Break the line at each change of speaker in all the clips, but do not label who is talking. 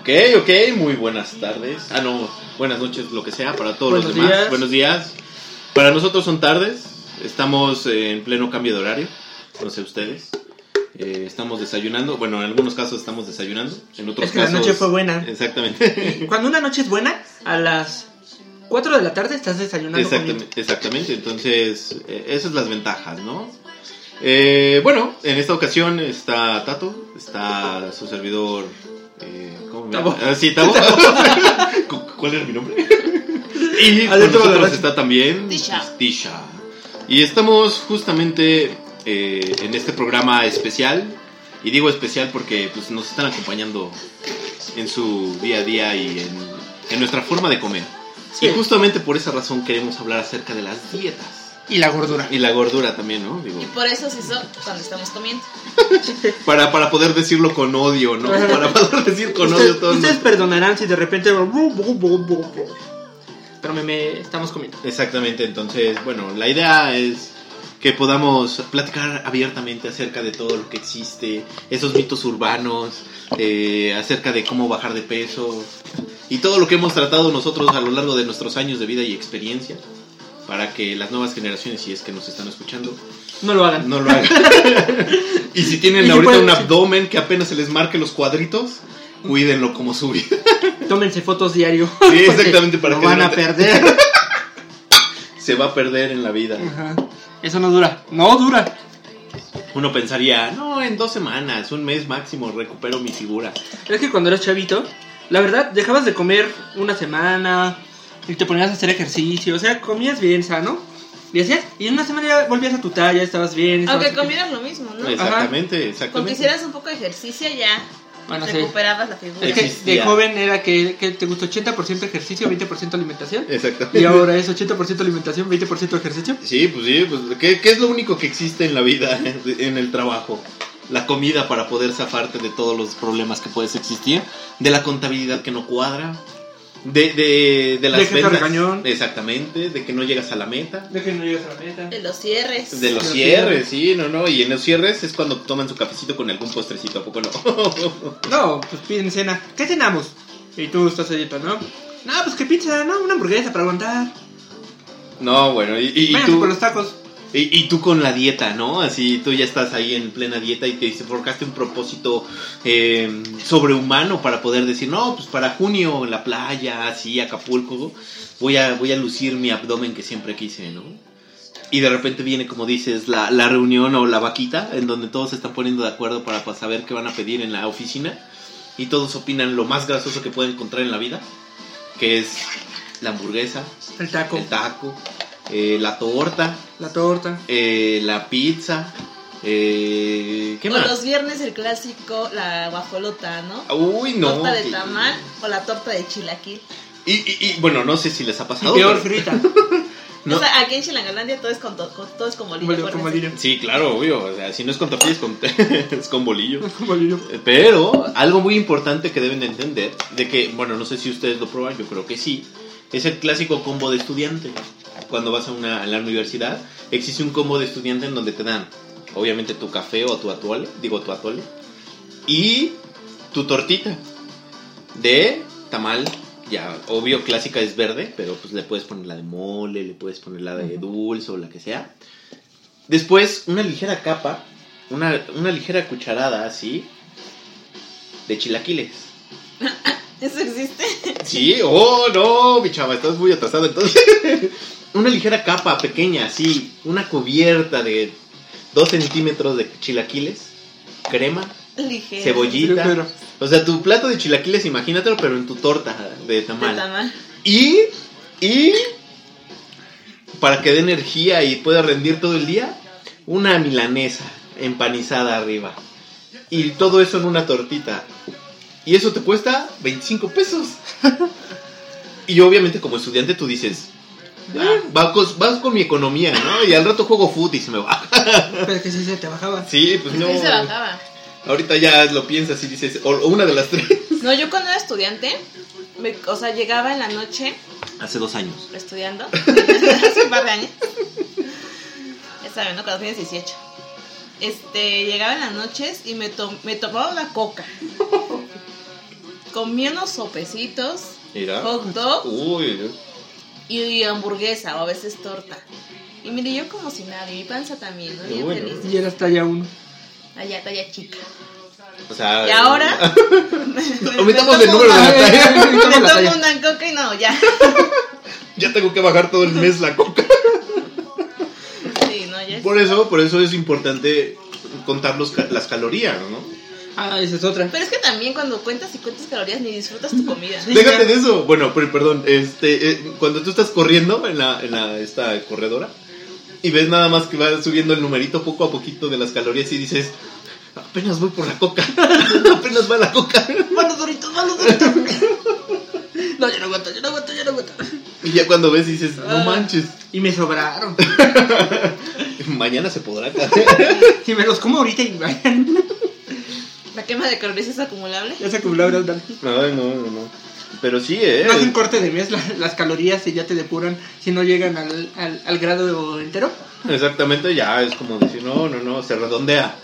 Ok, ok, muy buenas tardes. Ah, no, buenas noches, lo que sea, para todos los
Buenos
demás.
días.
Buenos días. Para nosotros son tardes, estamos eh, en pleno cambio de horario, no sé ustedes. Eh, estamos desayunando, bueno, en algunos casos estamos desayunando, en otros
Es que la
casos...
noche fue buena.
Exactamente.
Cuando una noche es buena, a las 4 de la tarde estás desayunando comiendo.
Exactamente, exactamente. entonces eh, esas las ventajas, ¿no? Eh, bueno, en esta ocasión está Tato, está su servidor... eh, ¿Cómo me
Tabo.
llama? Ah, sí, Tabo. Cu- ¿Cuál era mi nombre? y con
Alberto
nosotros
Barragán.
está también
Tisha.
pues, Tisha. Y estamos justamente eh, en este programa especial. Y digo especial porque pues, nos están acompañando en su día a día y en, en nuestra forma de comer.
Sí.
Y justamente por esa razón queremos hablar acerca de las dietas.
Y la gordura.
Y la gordura también, ¿no? Digo,
Y por eso se hizo cuando estamos comiendo.
para, para poder decirlo con odio, ¿no? Para poder decir con
Ustedes,
odio todo.
ustedes
nuestro-
perdonarán si de repente. Pero me, me- estamos comiendo.
Exactamente, entonces, bueno, la idea es que podamos platicar abiertamente acerca de todo lo que existe, esos mitos urbanos, eh, acerca de cómo bajar de peso y todo lo que hemos tratado nosotros a lo largo de nuestros años de vida y experiencia para que las nuevas generaciones, si es que nos están escuchando,
No lo hagan.
no lo hagan. y si tienen
Y si
ahorita
pueden-
un
sí.
abdomen que apenas se les marque los cuadritos, cuídenlo como su vida.
Tómense fotos diario.
Sí, exactamente, para
lo
que
van a
durante-
perder.
se va a perder en la vida.
Ajá. Eso no dura. No dura.
Uno pensaría, no, en dos semanas, un mes máximo recupero mi figura.
Es que cuando eras chavito, la verdad, dejabas de comer una semana y te ponías a hacer ejercicio. O sea, comías bien sano. Y hacías, y en una semana ya volvías a tu talla, estabas bien. estabas
Aunque
bien.
comieras lo mismo, ¿no?
Exactamente,
Con que
exactamente.
hicieras un poco de ejercicio ya
Bueno, sí.
recuperabas la figura.
Es que
Existía.
de joven era que, que te gustó 80% ejercicio, 20% alimentación.
Exactamente.
Y ahora es 80% alimentación, 20% ejercicio.
Sí, pues sí, pues ¿qué, qué es lo único que existe en la vida, en el trabajo? La comida para poder zafarte de todos los problemas que puedes existir, de la contabilidad que no cuadra, de, de, de las
De que te
ventas.
regañó.
Exactamente, de que no llegas a la meta.
De que no llegas a la meta.
De los cierres.
De los
Los
cierres, sí, no, no, y en los cierres es cuando toman su cafecito con algún postrecito, ¿a poco no?
No, pues piden cena. ¿Qué cenamos? Y tú estás edito, ¿no? No, pues que pizza, ¿no? Una hamburguesa para aguantar.
no, bueno, y, y- y
Váyanse
tú...
por los tacos.
Y, y tú con la dieta, ¿no? Así tú ya estás ahí en plena dieta y te dice, forjaste un propósito eh, sobrehumano para poder decir, no, pues para junio en la playa, así, Acapulco, voy a, voy a lucir mi abdomen que siempre quise, ¿no? Y de repente viene, como dices, la, la reunión o la vaquita, en donde todos se están poniendo de acuerdo para, para saber qué van a pedir en la oficina y todos opinan lo más grasoso que pueden encontrar en la vida, que es la hamburguesa,
El taco,
el taco, eh, la torta.
la torta.
Eh, la pizza. Eh, ¿Qué
o
más?
los viernes el clásico, la guajolota, ¿no?
Uy, no.
torta de tamal o la torta de chilaquil.
Y, y- y, bueno, no sé si les ha
Y
pasado.
peor
pero-
frita.
No.
O sea, aquí en Chilangalandia todo es con, to- con- todo es con bolillo.
Como el-
acuérdense.
como el lirio.
Sí, claro, obvio. O sea, si no es con tortillas, es con, es con bolillo.
Como el lirio.
Pero algo muy importante que deben de entender, de que, bueno, no sé si ustedes lo prueban, yo creo que sí, es el clásico combo de estudiante. Cuando vas a, una, a la universidad, existe un combo de estudiante en donde te dan, obviamente, tu café o tu atole, digo tu atole, y tu tortita de tamal. Ya, obvio, clásica es verde, pero pues le puedes poner la de mole, le puedes poner la de dulce o la que sea. Después, una ligera capa, una, una ligera cucharada así, de chilaquiles.
¿Eso existe?
Sí, oh no, mi chava, estás muy atrasado entonces. una ligera capa pequeña, así, una cubierta de 2 centímetros de chilaquiles, crema,
Ligero.
cebollita.
Pero-
O sea, tu plato de chilaquiles, imagínatelo, pero en tu torta de
De
tamal.
tamal.
Y, y, para que dé energía y pueda rendir todo el día, una milanesa empanizada arriba. Y todo eso en una tortita. Y eso te cuesta 25 pesos. y obviamente como estudiante tú dices, "Ah, va cos- vas con mi economía, ¿no? Y al rato juego fútbol y se me va.
Pero que sí se te bajaba.
Sí, pues no.
Sí se bajaba.
Ahorita ya lo piensas y dices, o, o una de las tres.
No, yo cuando era estudiante, me- o sea, llegaba en la noche
Hace dos años.
estudiando hace un par de años. Ya saben, ¿no? Cuando fui 18. Este, llegaba en las noches y me, to- me tomaba una coca. comí unos sopecitos,
Mira.
hot dog
Uy,
y hamburguesa o a veces torta. Y mire, yo como si nadie, mi panza también, ¿no?
Qué
Bien
bueno.
feliz.
Y eras talla 1.
Allá, talla chica.
o sea.
Y ahora.
Omitamos
me
el número de
tomo
eh,
la
una-
talla.
Me tomo una coca y no, ya.
Ya tengo que bajar todo el mes la coca.
Sí, no, ya. es-
Por eso, por eso es importante contar los ca- las calorías, ¿no?
Ah, esa es otra.
Pero es que también cuando cuentas y cuentas calorías ni disfrutas tu comida.
Sí.
Déjate de eso. Bueno, per- perdón, este, eh, cuando tú estás corriendo en la, en la esta corredora y ves nada más que va subiendo el numerito poco a poquito de las calorías y dices, apenas voy por la coca, apenas va la coca.
Malos doritos, malos doritos. No, yo no aguanto, yo no aguanto, yo no aguanto.
Y ya cuando ves dices,
Ah.
no manches,
Y me sobraron.
mañana se podrá.
Si me los como ahorita y vayan.
¿La quema de calorías es acumulable?
Ya se acumuló, ¿verdad?
Ay, no, no, no. Pero sí, eh.
No hacen corte de mes la- las calorías y ya te depuran si no llegan al, al, al grado entero.
Exactamente, ya es como decir, no, no, no, se redondea.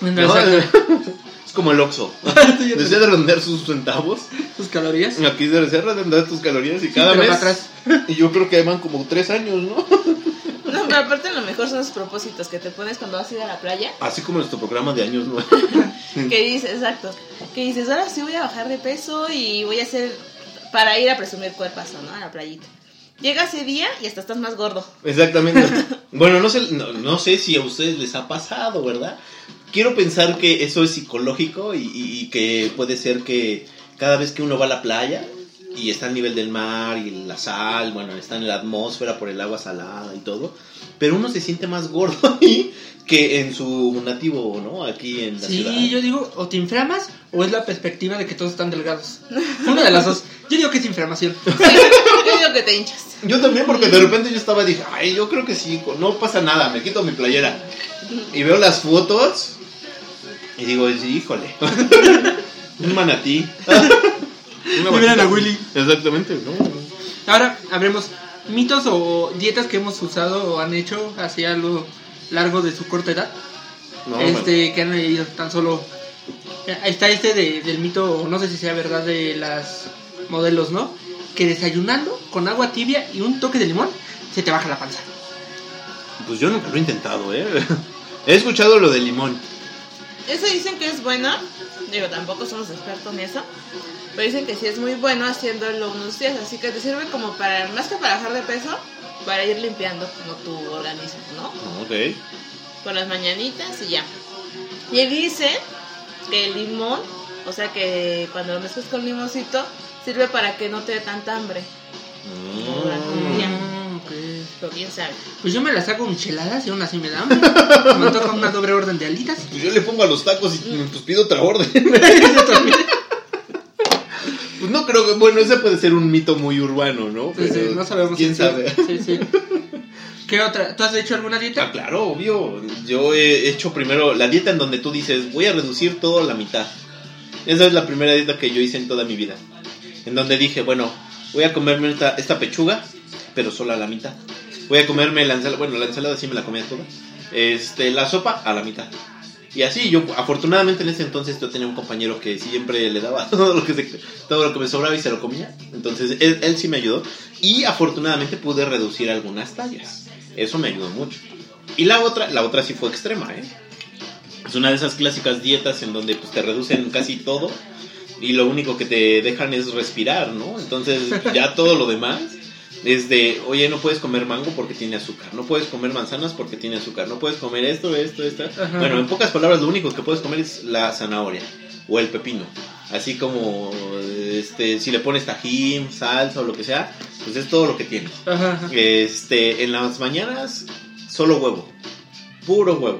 No,
¿no? eh,
exacto.
Es como el Oxxo.
Sí, ya te-
Desea de redondear sus centavos.
Sus calorías.
Aquí se desea redondear tus calorías y
Sí,
cada
pero
mes.
para atrás.
Y yo creo que van como tres años, ¿no?
No, pero aparte lo mejor son los propósitos que te pones cuando vas a ir a la playa.
Así como nuestro programa de años nuevos.
Que dices, exacto. Que dices, ahora sí voy a bajar de peso y voy a hacer para ir a presumir cuerpazo, ¿no? A la playita. Llega ese día y hasta estás más gordo.
Exactamente. Bueno, no sé, no, no sé si a ustedes les ha pasado, ¿verdad? Quiero pensar que eso es psicológico y, y- y que puede ser que cada vez que uno va a la playa y está al nivel del mar y la sal, bueno, está en la atmósfera por el agua salada y todo, pero uno se siente más gordo ahí que en su nativo, ¿no? Aquí en la
Sí,
ciudad.
yo digo, o te inflamas o es la perspectiva de que todos están delgados. Una de las dos. Yo digo que es inflamación.
Yo digo que te hinchas.
Yo también, porque de repente yo estaba y dije, ay, yo creo que sí, no pasa nada, me quito mi playera. Y veo las fotos y digo, sí, híjole, un manatí. Una
Y miran
vaquita.
a Willy.
Exactamente, ¿no?
Ahora habremos mitos o dietas que hemos usado o han hecho hacia lo largo de su corta edad.
no man.
este, que han leído tan solo. Ahí está este de- del mito, no sé si sea verdad, de las modelos, ¿no? Que desayunando con agua tibia y un toque de limón se te baja la panza.
Pues yo nunca lo he intentado, ¿eh? He escuchado lo del limón.
Eso dicen que es bueno. Digo, tampoco somos expertos en eso. Pero dicen que sí es muy bueno haciéndolo unos días. Así que te sirve como para, más que para bajar de peso, para ir limpiando como tu organismo, ¿no?
Ok.
por las mañanitas y ya. Y dice que el limón, o sea que cuando lo mezclas con limoncito, sirve para que no te dé tanta hambre.
Mm.
Ya.
Mm, ok.
Pero quién sabe.
Pues yo me las hago micheladas y aún así me da hambre. Me toca una doble orden de alitas.
Pues yo le pongo a los tacos y pues pido otra orden. Pues no creo que, bueno, ese puede ser un mito muy urbano, ¿no?
Sí, sí,
Pero
Pues, eh, no sabemos
¿Quién
si-
sabe?
sí, sí. ¿Qué otra? ¿Tú has hecho alguna
Ah,
dieta?
claro, obvio. Yo he hecho primero la dieta en donde tú dices, voy a reducir todo a la mitad. Esa es la primera dieta que yo hice en toda mi vida. En donde dije, bueno, voy a comerme esta, esta pechuga, pero solo a la mitad. Voy a comerme la ensalada, bueno, la ensalada sí me la comía toda. Este, la sopa a la mitad. Y así, yo afortunadamente en ese entonces yo tenía un compañero que siempre le daba todo lo que, se- todo lo que me sobraba y se lo comía. Entonces él, él sí me ayudó. Y afortunadamente pude reducir algunas tallas. Eso me ayudó mucho. Y la otra, la otra sí fue extrema, ¿eh? Es una de esas clásicas dietas en donde pues, te reducen casi todo y lo único que te dejan es respirar, ¿no? Entonces ya todo lo demás es de, oye, no puedes comer mango porque tiene azúcar, no puedes comer manzanas porque tiene azúcar, no puedes comer esto, esto, esto.
Ajá.
Bueno, en pocas palabras, lo único que puedes comer es la zanahoria o el pepino. Así como, este, si le pones tajín, salsa o lo que sea, pues es todo lo que tienes.
Ajá, ajá.
Este, en las mañanas, solo huevo. Puro huevo.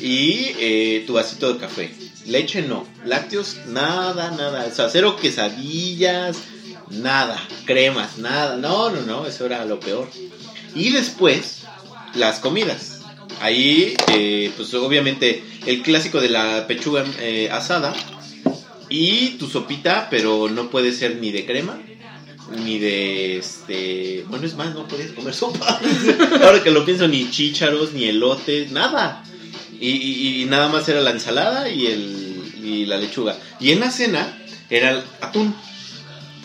Y eh, tu vasito de café. Leche no. Lácteos, nada, nada. O sea, cero quesadillas, nada. Cremas, nada. No, no, no. Eso era lo peor. Y después, las comidas. Ahí, eh, pues obviamente, el clásico de la pechuga eh, asada. Y tu sopita, pero no puede ser ni de crema, ni de este. Bueno, es más, no puedes comer sopa. Ahora que lo pienso, ni chícharos, ni elotes, nada. Y, y- y nada más era la ensalada y, el, y la lechuga. Y en la cena era el atún.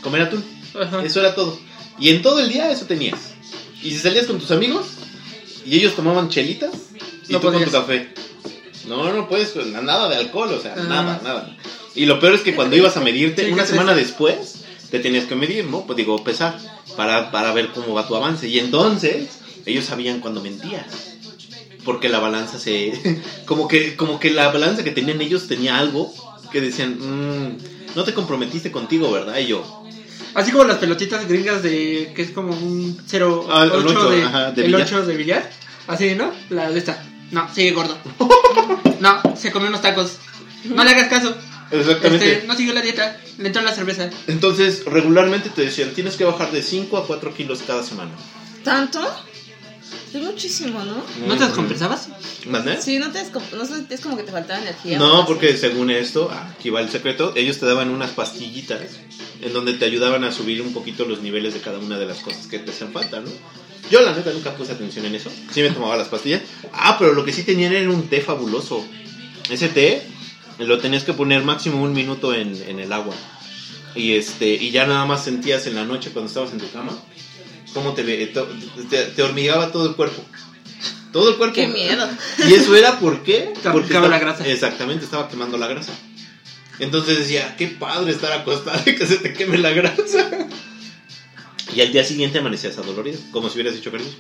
Comer atún.
Ajá.
Eso era todo. Y en todo el día eso tenías. Y si salías con tus amigos y ellos tomaban chelitas y
No
tú con
podías.
tu café. No, no puedes, pues, na- nada de alcohol, o sea,
Ah.
nada, nada. Y lo peor es que cuando ibas a medirte,
Sí,
una
qué
semana después, te tenías que medir, ¿no? Pues digo, pesar, para, para ver cómo va tu avance. Y entonces, ellos sabían cuando mentías. Porque la balanza se... Como que, como que la balanza que tenían ellos tenía algo que decían, "Mm, no te comprometiste contigo, ¿verdad? Y yo,
Así como las pelotitas gringas de que es como un 0
Ah, el
8,
ocho,
de,
ajá, de
el
billar.
8 de billar. Así, ¿no? La de esta. No, sigue gordo. No, se comió unos tacos. No le hagas caso.
exactamente.
Este, no siguió la dieta. Le entró la cerveza.
Entonces, regularmente te decían, tienes que bajar de 5 a 4 kilos cada semana.
¿Tanto? Es muchísimo, ¿no?
¿Eh?
¿No
Mm.
te descompensabas?
¿Mandé?
Sí, no te es, como- no sé, es como que te faltaba energía.
No, porque según esto, aquí va el secreto, ellos te daban unas pastillitas en donde te ayudaban a subir un poquito los niveles de cada una de las cosas que te hacen falta, ¿no? Yo la neta nunca puse atención en eso, sí me tomaba las pastillas. Ah, pero lo que sí tenían era un té fabuloso. Ese té lo tenías que poner máximo un minuto en, en el agua. Y, este, y ya nada más sentías en la noche cuando estabas en tu cama cómo te, le- te, te- te hormigaba todo el cuerpo. Todo el cuerpo.
Qué miedo.
Y eso era por qué?
Te
porque estaba-
aplicaba la grasa.
Exactamente, estaba quemando la grasa. Entonces decía, qué padre estar acostado y que se te queme la grasa. Y al día siguiente amanecías adolorido, como si hubieras hecho ejercicio.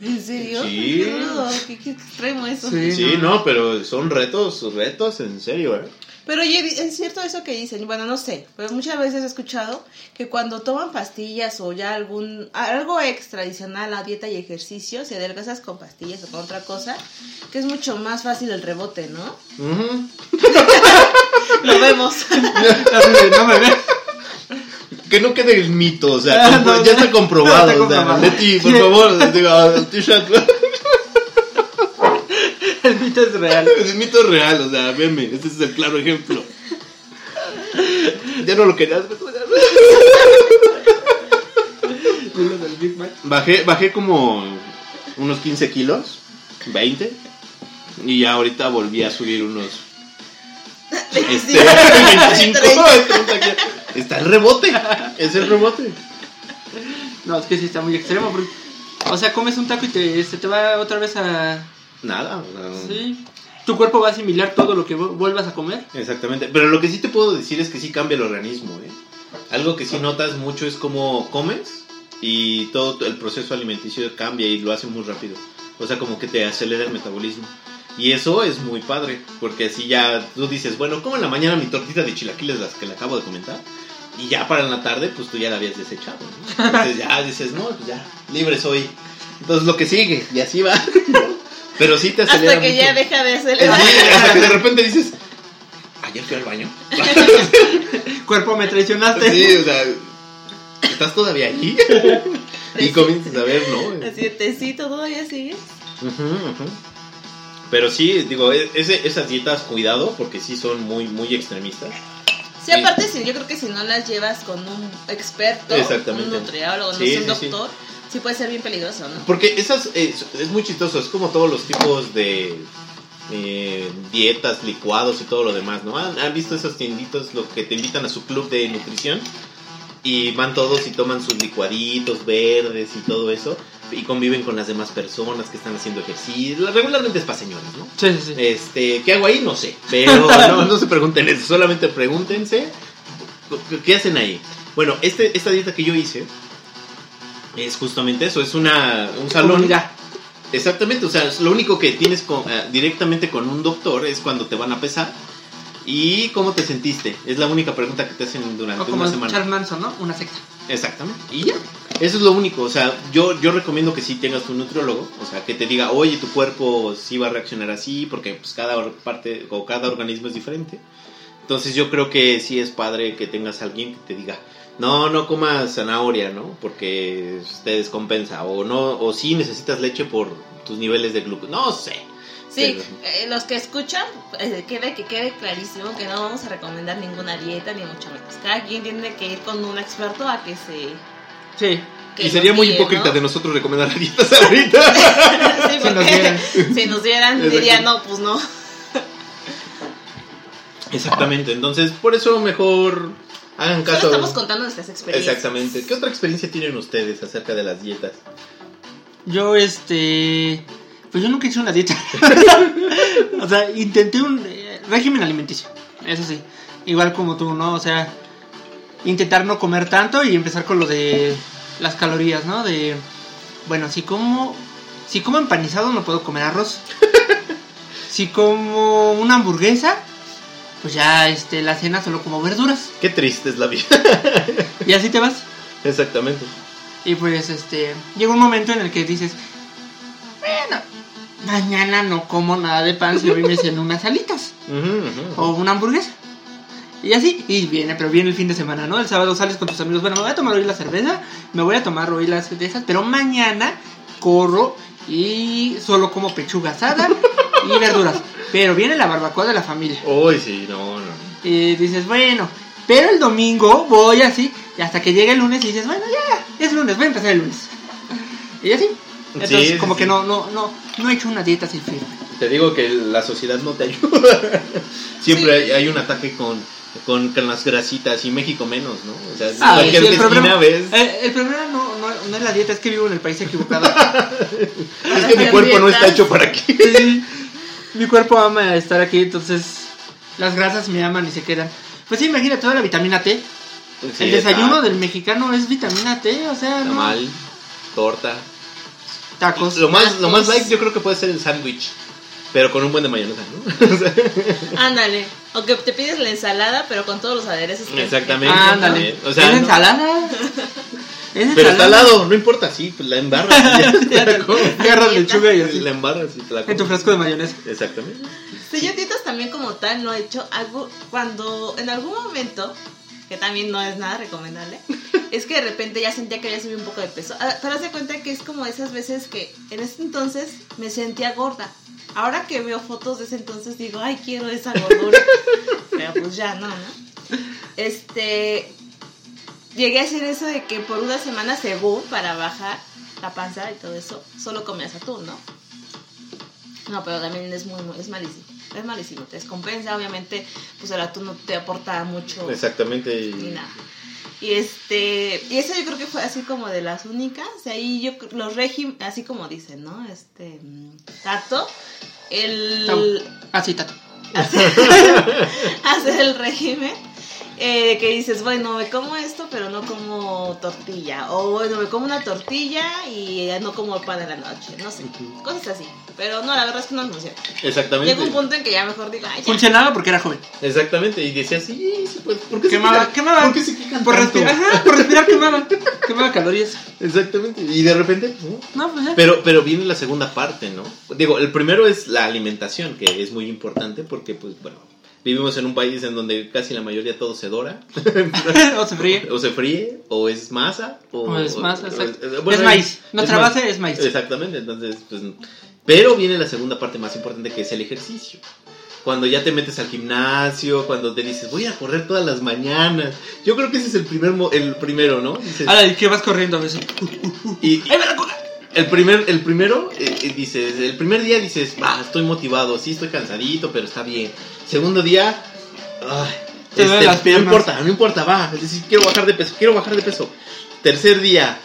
¿En serio?
Sí.
Qué rudo, qué, qué extremo eso.
Sí.
Sí,
no.
no. pero son retos, retos, en serio, ¿eh?
Pero oye, di- es cierto eso que dicen, bueno, no sé, pero muchas veces he escuchado que cuando toman pastillas o ya algún algo extra adicional a dieta y ejercicio, si adelgazas con pastillas o con otra cosa, que es mucho más fácil el rebote, ¿no?
Ujú.
Lo vemos.
Así de, no me ve.
Que no quede el mito, o sea,
Ah,
compro-
no,
ya
no.
está comprobado.
No, está
o sea,
comprobado.
Leti, por
Sí.
favor, digo, ah, t-shirt.
El mito es real.
El mito es real, o sea, veme, este es el claro ejemplo. Ya no lo querías,
Lo del Big Mac.
Bajé, bajé como unos 15 kilos, 20. Y ya ahorita volví a subir unos. Este, 25, 30 kilos. Está el rebote, es el rebote.
No, es que sí está muy extremo. porque- o sea, comes un taco y te, se te va otra vez a.
Nada, o sea,
Sí. Tu cuerpo va a asimilar todo lo que vu- vuelvas a comer.
exactamente. Pero lo que sí te puedo decir es que sí cambia el organismo. ¿eh? Algo que sí notas mucho es cómo comes y todo el proceso alimenticio cambia y lo hace muy rápido. O sea, como que te acelera el metabolismo. Y eso es muy padre, porque así ya tú dices, bueno, como en la mañana mi tortita de chilaquiles, las que le acabo de comentar, y ya para en la tarde, pues tú ya la habías desechado. ¿no? Entonces ya dices, no, pues ya, libre soy. Entonces lo que sigue, y así va. Pero sí te acelera.
Hasta que
mucho.
ya deja de hacer
Es decir, hasta que de repente dices, ayer fui al baño.
Cuerpo, me traicionaste.
Sí, o sea, ¿estás todavía allí? y comienzas a ver, ¿no?
Así de tecito, ¿todavía sigues?
Ujú, ujú. Pero sí, digo, e- ese- esas dietas, cuidado, porque sí son muy, muy extremistas.
Sí, aparte, si, yo creo que si no las llevas con un experto,
Exactamente.
un nutriólogo, no
Sí,
sé, un
sí, sí.
doctor, sí. puede ser bien peligroso, ¿no?
Porque esas, es, es muy chistoso, es como todos los tipos de eh, dietas, licuados y todo lo demás, ¿no? ¿Han, han visto esos tienditos lo que te invitan a su club de nutrición? Y van todos y toman sus licuaditos verdes y todo eso. Y conviven con las demás personas que están haciendo ejercicio. Regularmente es para señoras, ¿no?
Sí, sí, sí.
Este, ¿qué hago ahí? No sé. Pero no, no se pregunten eso, solamente pregúntense ¿qué- qué hacen ahí. Bueno, este, esta dieta que yo hice es justamente eso, es una un salón.
Comunidad.
Exactamente, o sea, es lo único que tienes con- eh, directamente con un doctor es cuando te van a pesar. ¿Y cómo te sentiste? Es la única pregunta que te hacen
O
durante
como
una semana.
Charles Manson, ¿no? Una secta.
Exactamente. Y ya. Eso es lo único. O sea, yo, yo recomiendo que sí tengas un nutriólogo. O sea, que te diga, oye, tu cuerpo sí va a reaccionar así, porque pues cada or- parte o cada organismo es diferente. Entonces yo creo que sí es padre que tengas a alguien que te diga, no, no comas zanahoria, ¿no? Porque te descompensa. O no, o sí necesitas leche por tus niveles de glucosa. No sé.
Sí,
Pero-
eh, los que escuchan, eh, quede, que quede clarísimo que no vamos a recomendar ninguna dieta, ni mucho menos. Cada quien tiene que ir con un experto a que se...
Sí.
que
y sería
nos
muy
guíe,
hipócrita
¿no?
de nosotros recomendar dietas ahorita.
Sí,
Si nos
porque
vieran.
si nos dieran,
Exacto.
diría no, pues no.
Exactamente, entonces por eso mejor hagan
Solo
caso.
estamos contando nuestras experiencias.
Exactamente. ¿Qué otra experiencia tienen ustedes acerca de las dietas?
Yo, este. Pues yo nunca hice una dieta. o sea, intenté un eh, régimen alimenticio. Eso sí. Igual como tú, ¿no? O sea, intentar no comer tanto y empezar con lo de las calorías, ¿no? De. Bueno, si como. Si como empanizado, no puedo comer arroz. si como una hamburguesa, pues ya, este, la cena solo como verduras.
Qué triste es la vida.
Y así te vas.
Exactamente.
Y pues este, llega un momento en el que dices, bueno, mañana no como nada de pan, sino vives en unas alitas
Ujú, ujú.
o una hamburguesa. Y así, y viene, pero viene el fin de semana, ¿no? El sábado sales con tus amigos, bueno, me voy a tomar hoy la cerveza, me voy a tomar hoy las de esas, pero mañana corro y solo como pechuga asada y verduras. Pero viene la barbacoa de la familia.
Uy, sí, no, no.
Y dices, bueno, pero el domingo voy así, y hasta que llegue el lunes y dices, bueno, ya, es lunes, voy a empezar el lunes. Y así. Entonces,
Sí, sí,
como
sí.
que no, no, no, no he hecho una dieta sin firme.
Te digo que la sociedad no te ayuda. Siempre hay, hay un ataque con, con, con las grasitas y México menos, ¿no? O sea,
Ah,
cualquier
sí, el
esquina
problema-
ves.
Eh, el problema no, no, no es la dieta, es que vivo en el país equivocado.
Es que mi
Las
cuerpo no
dietas.
está hecho para aquí.
Sí, mi cuerpo ama estar aquí, entonces las grasas me aman y se quedan. Pues sí, imagina toda la vitamina T. el desayuno del mexicano es vitamina T, o sea, no,
Tamal, torta.
tacos.
Lo más, lo más
tacos.
light yo creo que puede ser el sándwich. Pero con un buen de mayonesa, ¿no? O sea,
Ándale. O que te pides la ensalada, pero con todos los aderezos. que-
Exactamente.
Ah, Ándale.
O sea,
es
no-
ensalada. Es
pero está al
ensalada.
lado, no importa, sí, pues la embarras. y ya te la comes.
Agarras lechuga y así.
La embarras y te la
En tu
comes.
frasco de mayonesa.
Exactamente.
Sí, yo dietas también como tal no he hecho algo cuando en algún momento, que también no es nada recomendable, es que de repente ya sentía que había subido un poco de peso. Ah, Pero haz de cuenta que es como esas veces que en ese entonces me sentía gorda. Ahora que veo fotos de ese entonces digo, ay, quiero esa gordura. Pero pues ya no, ¿no? Este, llegué a hacer eso de que por una semana según para bajar la panza y todo eso, solo comías atún, ¿no? No, pero también es muy, muy- es malísimo. Es malísimo, te descompensa, obviamente, pues el atún no te aporta mucho
Exactamente. y-
ni nada. Y este, y eso yo creo que fue así como de las únicas, y ahí yo cr- los régimen, así como dicen, ¿no? Este, mm, tato, el
Así, tato.
hacer, hacer el régimen. eh, que dices, bueno, me como esto, pero no como tortilla. O bueno, me como una tortilla y ya no como pan en la noche. No sé, cosas así. Pero no, la verdad es que no funciona.
Exactamente.
Llega un punto en que ya mejor digo, ay, ya.
Funcionaba porque era joven.
Exactamente, y decía, sí, sí, pues, ¿por qué
Quemaba-
se
quemaba.
¿Por qué se quejan
Por
tanto?
respirar, ajá, por respirar quemaba. Quemaba calorías.
Exactamente, y de repente, ¿no?
No, pues ya.
Pero, pero viene la segunda parte, ¿no? Digo, el primero es la alimentación, que es muy importante porque, pues, bueno, vivimos en un país en donde casi la mayoría todo se dora,
o se fríe.
o se fríe, o es masa, o,
O es masa,
o-
exacto.
o- bueno,
es maíz. Nuestra
maíz.
base es maíz.
Exactamente, entonces, pues, pero viene la segunda parte más importante que es el ejercicio. Cuando ya te metes al gimnasio, cuando te dices, voy a correr todas las mañanas. Yo creo que ese es el, primer, mo- el primero, ¿no? Dices,
Ahora, ¿y qué vas corriendo a veces?
y, y- el, primer, el primero, eh, eh, dices, el primer día dices, va, estoy motivado, sí, estoy cansadito, pero está bien. Segundo día, ay,
Te duelen
este, pero
las
no
piernas.
importa, no importa, va. Es decir, quiero bajar de peso, quiero bajar de peso. Tercer día,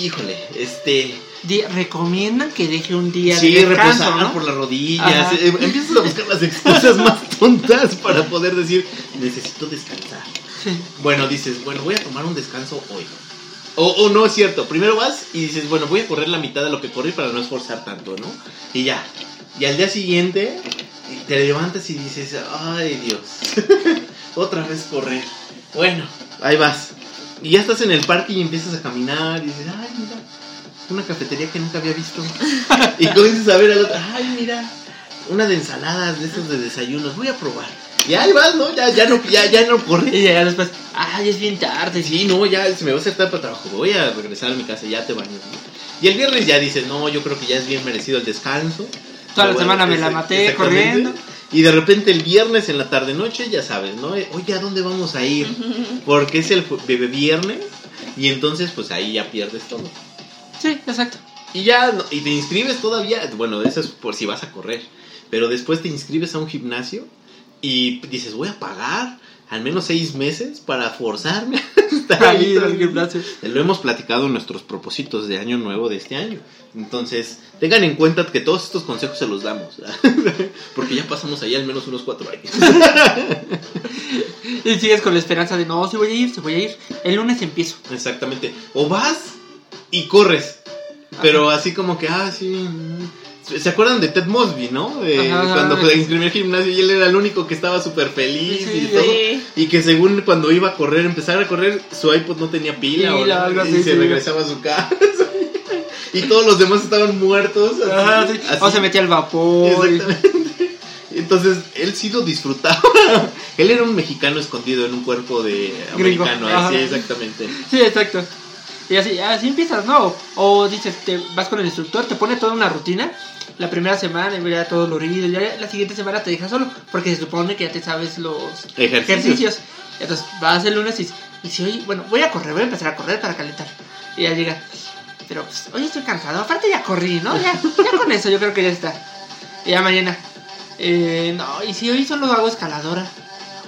híjole, este,
Di- recomiendan que deje un día
Sí,
de descanso,
reposar
¿no?
por las rodillas.
Ajá.
eh, empiezas a buscar las excusas más tontas para poder decir, necesito descansar. Bueno, dices, bueno, voy a tomar un descanso hoy. O, o no es cierto, primero vas y dices, bueno, voy a correr la mitad de lo que corrí para no esforzar tanto, ¿no? Y ya. Y al día siguiente te levantas y dices, ay Dios, otra vez correr. Bueno, ahí vas. Y ya estás en el parque y empiezas a caminar y dices, ay, mira, una cafetería que nunca había visto. y comienzas a ver al otro, ay, mira, una de ensaladas, de esas de desayunos, voy a probar. Y ahí vas, ¿no? Ya, ya no, ya, ya no corrí.
Y ya después, ay, es bien tarde.
Sí, no, ya se me va a hacer tarde para trabajo, voy a regresar a mi casa, ya te baño. Y el viernes ya dices, no, yo creo que ya es bien merecido el descanso.
Toda la
Bueno,
semana me la
exact-
maté
exactamente.
corriendo.
Y de repente el viernes en la tarde noche, ya sabes, ¿no? Eh, Oye, ¿a dónde vamos a ir? Porque es el jue- bebé viernes y entonces pues ahí ya pierdes todo.
Sí, exacto.
Y ya, no- y te inscribes todavía, bueno, eso es por si vas a correr, pero después te inscribes a un gimnasio Y dices, voy a pagar al menos seis meses para forzarme
Ahí, en el gimnasio.
Lo hemos platicado en nuestros propósitos de año nuevo de este año. Entonces, tengan en cuenta que todos estos consejos se los damos. Porque ya pasamos ahí al menos unos cuatro años.
Y sigues con la esperanza de, no, se voy a ir, se voy a ir. El lunes empiezo.
Exactamente. O vas y corres. Pero así como que, ah, sí. mm. ¿Se acuerdan de Ted Mosby, no? De
Ajá, ajá,
cuando
ajá.
fue a inscribir al gimnasio y él era el único que estaba súper feliz
Sí,
y
sí.
todo.
Sí.
Y que según cuando iba a correr, empezar a correr, su iPod no tenía pila o
Pila, algo
y
así,
se
sí.
regresaba a su casa. y todos los demás estaban muertos. así,
Ah, sí.
así.
O se metía al vapor.
Exactamente. Entonces, él sí lo disfrutaba. él era un mexicano escondido en un cuerpo de
Gringo.
americano.
Ajá.
Así, exactamente.
Sí, exacto. Y así, así empiezas, ¿no? O dices, te vas con el instructor, te pone toda una rutina. La primera semana y ya todo dolorido. y ya la siguiente semana te deja solo. Porque se supone que ya te sabes los
Ejercicios.
ejercicios. Entonces vas el lunes y, y si hoy, bueno, voy a correr, voy a empezar a correr para calentar. Y ya llega. Pero pues, hoy estoy cansado. Aparte ya corrí, ¿no? Ya, ya con eso yo creo que ya está. Y ya mañana. eh, no, y si hoy solo hago escaladora.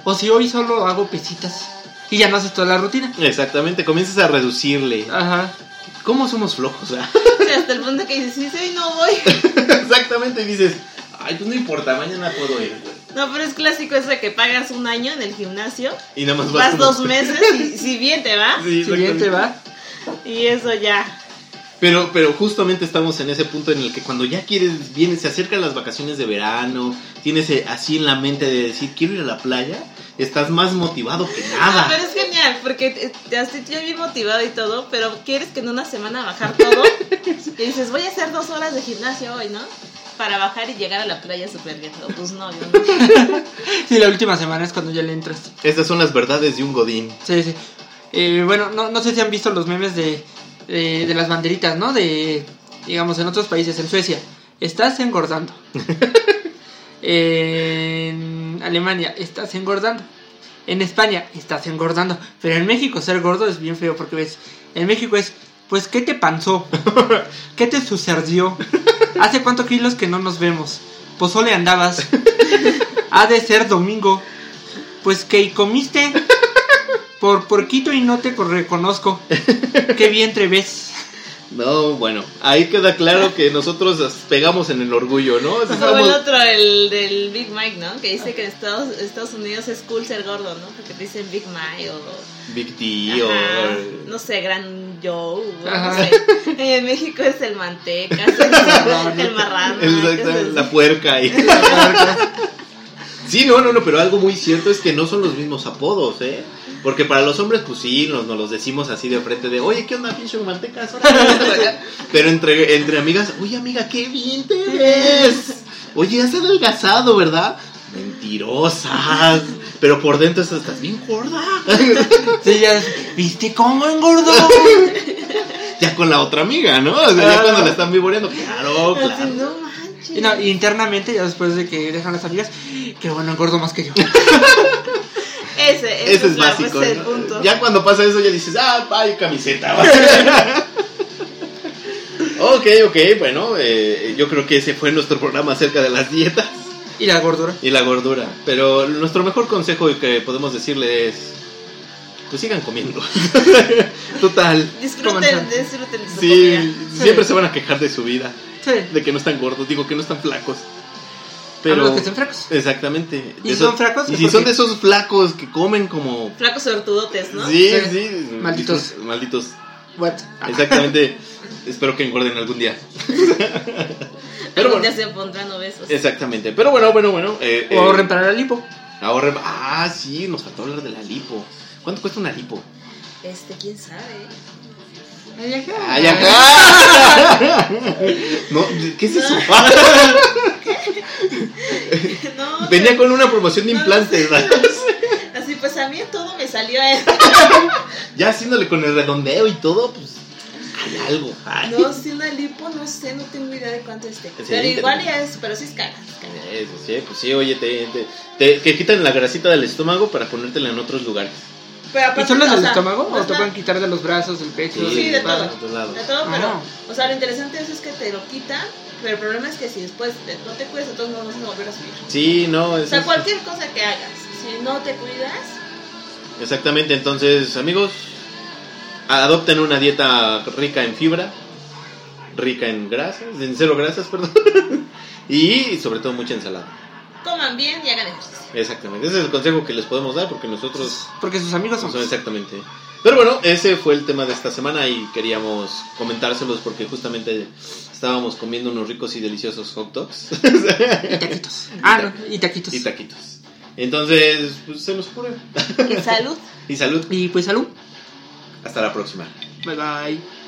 O si hoy solo hago pesitas. Y ya no haces toda la rutina.
Exactamente, comienzas a reducirle.
Ajá.
¿Cómo somos flojos? ah?
Sí, hasta el punto que dices, sí, sí, no voy.
Exactamente, dices, ay, pues no importa, mañana puedo ir.
No, pero es clásico eso de que pagas un año en el gimnasio,
Y nada más
vas
como-
dos meses y si bien te va,
Sí,
Siguiente
exactamente.
va.
y eso ya.
Pero, pero justamente estamos en ese punto en el que cuando ya quieres, vienes, se acercan las vacaciones de verano, tienes eh, así en la mente de decir, quiero ir a la playa, estás más motivado que
No, pero
nada.
es genial, porque te- te has sentido bien motivado y todo, pero quieres que en una semana bajar todo. y dices, voy a hacer dos horas de gimnasio hoy, ¿no? Para bajar y llegar a la playa súper bien. Pero, Pues no, yo no.
Sí, la última semana es cuando ya le entras.
Estas son las verdades de un godín.
Sí, sí. Eh, bueno, no, no sé si han visto los memes de, de, de las banderitas, ¿no? De, digamos, en otros países, en Suecia. Estás engordando. en Alemania, estás engordando. En España, estás engordando. Pero en México ser gordo es bien feo porque ves, en México es, pues, ¿qué te panzó? ¿Qué te sucedió? ¿Hace cuántos kilos que no nos vemos? Pues solo andabas. Ha de ser domingo. Pues que comiste por porquito y no te co- reconozco. Qué bien te ves.
No, bueno, ahí queda claro que nosotros nos pegamos en el orgullo, ¿no? Así
Como el
somos-
otro, el del Big Mike, ¿no? Que dice que en Estados, Estados Unidos es cool ser gordo, ¿no? Porque te dicen Big Mike o...
Big D
ajá,
o-
no sé, Gran Joe, o no
Ajá.
sé. Y en México es el manteca, es el, el marrano.
Exacto,
que es-
la puerca y... Sí, no, no, no, pero algo muy cierto es que no son los mismos apodos, ¿eh? Porque para los hombres, pues sí, nos, nos los decimos así de frente de, oye, ¿qué onda, pinche mantecas? Órale, ven para acá". pero entre, entre amigas, oye, amiga, qué bien te ves. Oye, has adelgazado, ¿verdad? Mentirosas. Pero por dentro estás estás bien gorda.
Sí, ya es, ¿Viste cómo engordó?
ya con la otra amiga, ¿no? O sea, ya
Ah.
cuando la están vivoreando, claro,
Así,
claro.
no manches.
Y no, internamente, ya después de que dejan las amigas, qué bueno, engordo más que yo.
Ese, ese,
Ese es
la-
básico.
ese es el
¿no?
punto.
Ya cuando pasa eso ya dices, ah, hay camiseta. ok, ok, bueno, eh, yo creo que ese fue nuestro programa acerca de las dietas
Y la gordura.
y la gordura. Pero nuestro mejor consejo que podemos decirle es, pues sigan comiendo. Total.
Disfruten,
Comenzando.
disfruten su
Sí,
comida.
siempre se van a quejar de su vida,
Sí,
de que no están gordos, digo que no están flacos.
a
Pero
menos que estén fracos.
exactamente.
¿Y
de
son
esos-
flacos?
Y
¿Por
si
qué?
son de esos flacos que comen como
Flacos sortudotes, ¿no?
Sí,
Sí.
sí.
Malditos.
Malditos.
What?
Ah.
Exactamente. Espero que engorden algún día. Pero bueno.
Algún día se pondrán obesos.
Exactamente. Pero bueno, bueno, bueno. eh, eh,
O ahorren para la lipo.
ahorren. Ah, sí, nos faltó hablar de la lipo. ¿Cuánto cuesta una lipo?
Este, quién sabe.
Ay, ajá.
¡Ay,
Ah.
acá! No, ¿qué es eso?
No,
Venía con una promoción de implantes. ¿verdad?
así pues a mí todo me salió ¿eh? a él.
Ya haciéndole con el redondeo y todo, pues. Hay algo. Ay.
No, si una lipo, no sé, no tengo idea de cuánto esté.
Sí,
pero
te-
igual ya es, pero sí es cara. es cara.
Eso, sí, pues sí, oye, te, te, te- que quitan la grasita del estómago para ponértela en otros lugares.
Pero
¿Y
aparte,
solo
o
del
sea,
estómago?
no
¿O
es
te
nada-
pueden quitar de los brazos, del pecho?
Sí,
del
de
espalda?
todo.
otros lados.
De todo, pero,
Ah.
o sea, lo interesante de eso es que te lo quitan Pero el problema es que si después te- no te cuidas, de todos modos vas a volver a subir.
Sí, no,
O
es,
sea, cualquier cosa que hagas, si no te cuidas,
exactamente. Entonces, amigos, adopten una dieta rica en fibra, rica en grasas, en cero grasas, perdón, y sobre todo mucha ensalada.
coman bien y hagan ejercicio.
Exactamente, ese es el consejo que les podemos dar porque nosotros
Porque sus amigos
no
son.
sabemos exactamente. Pero bueno, ese fue el tema de esta semana y queríamos comentárselos porque justamente estábamos comiendo unos ricos y deliciosos hot dogs
Y taquitos. Ah, no, y taquitos.
y taquitos. Entonces, pues se nos ocurre.
Salud.
Y salud.
Y pues salud.
Hasta la próxima.
Bye bye.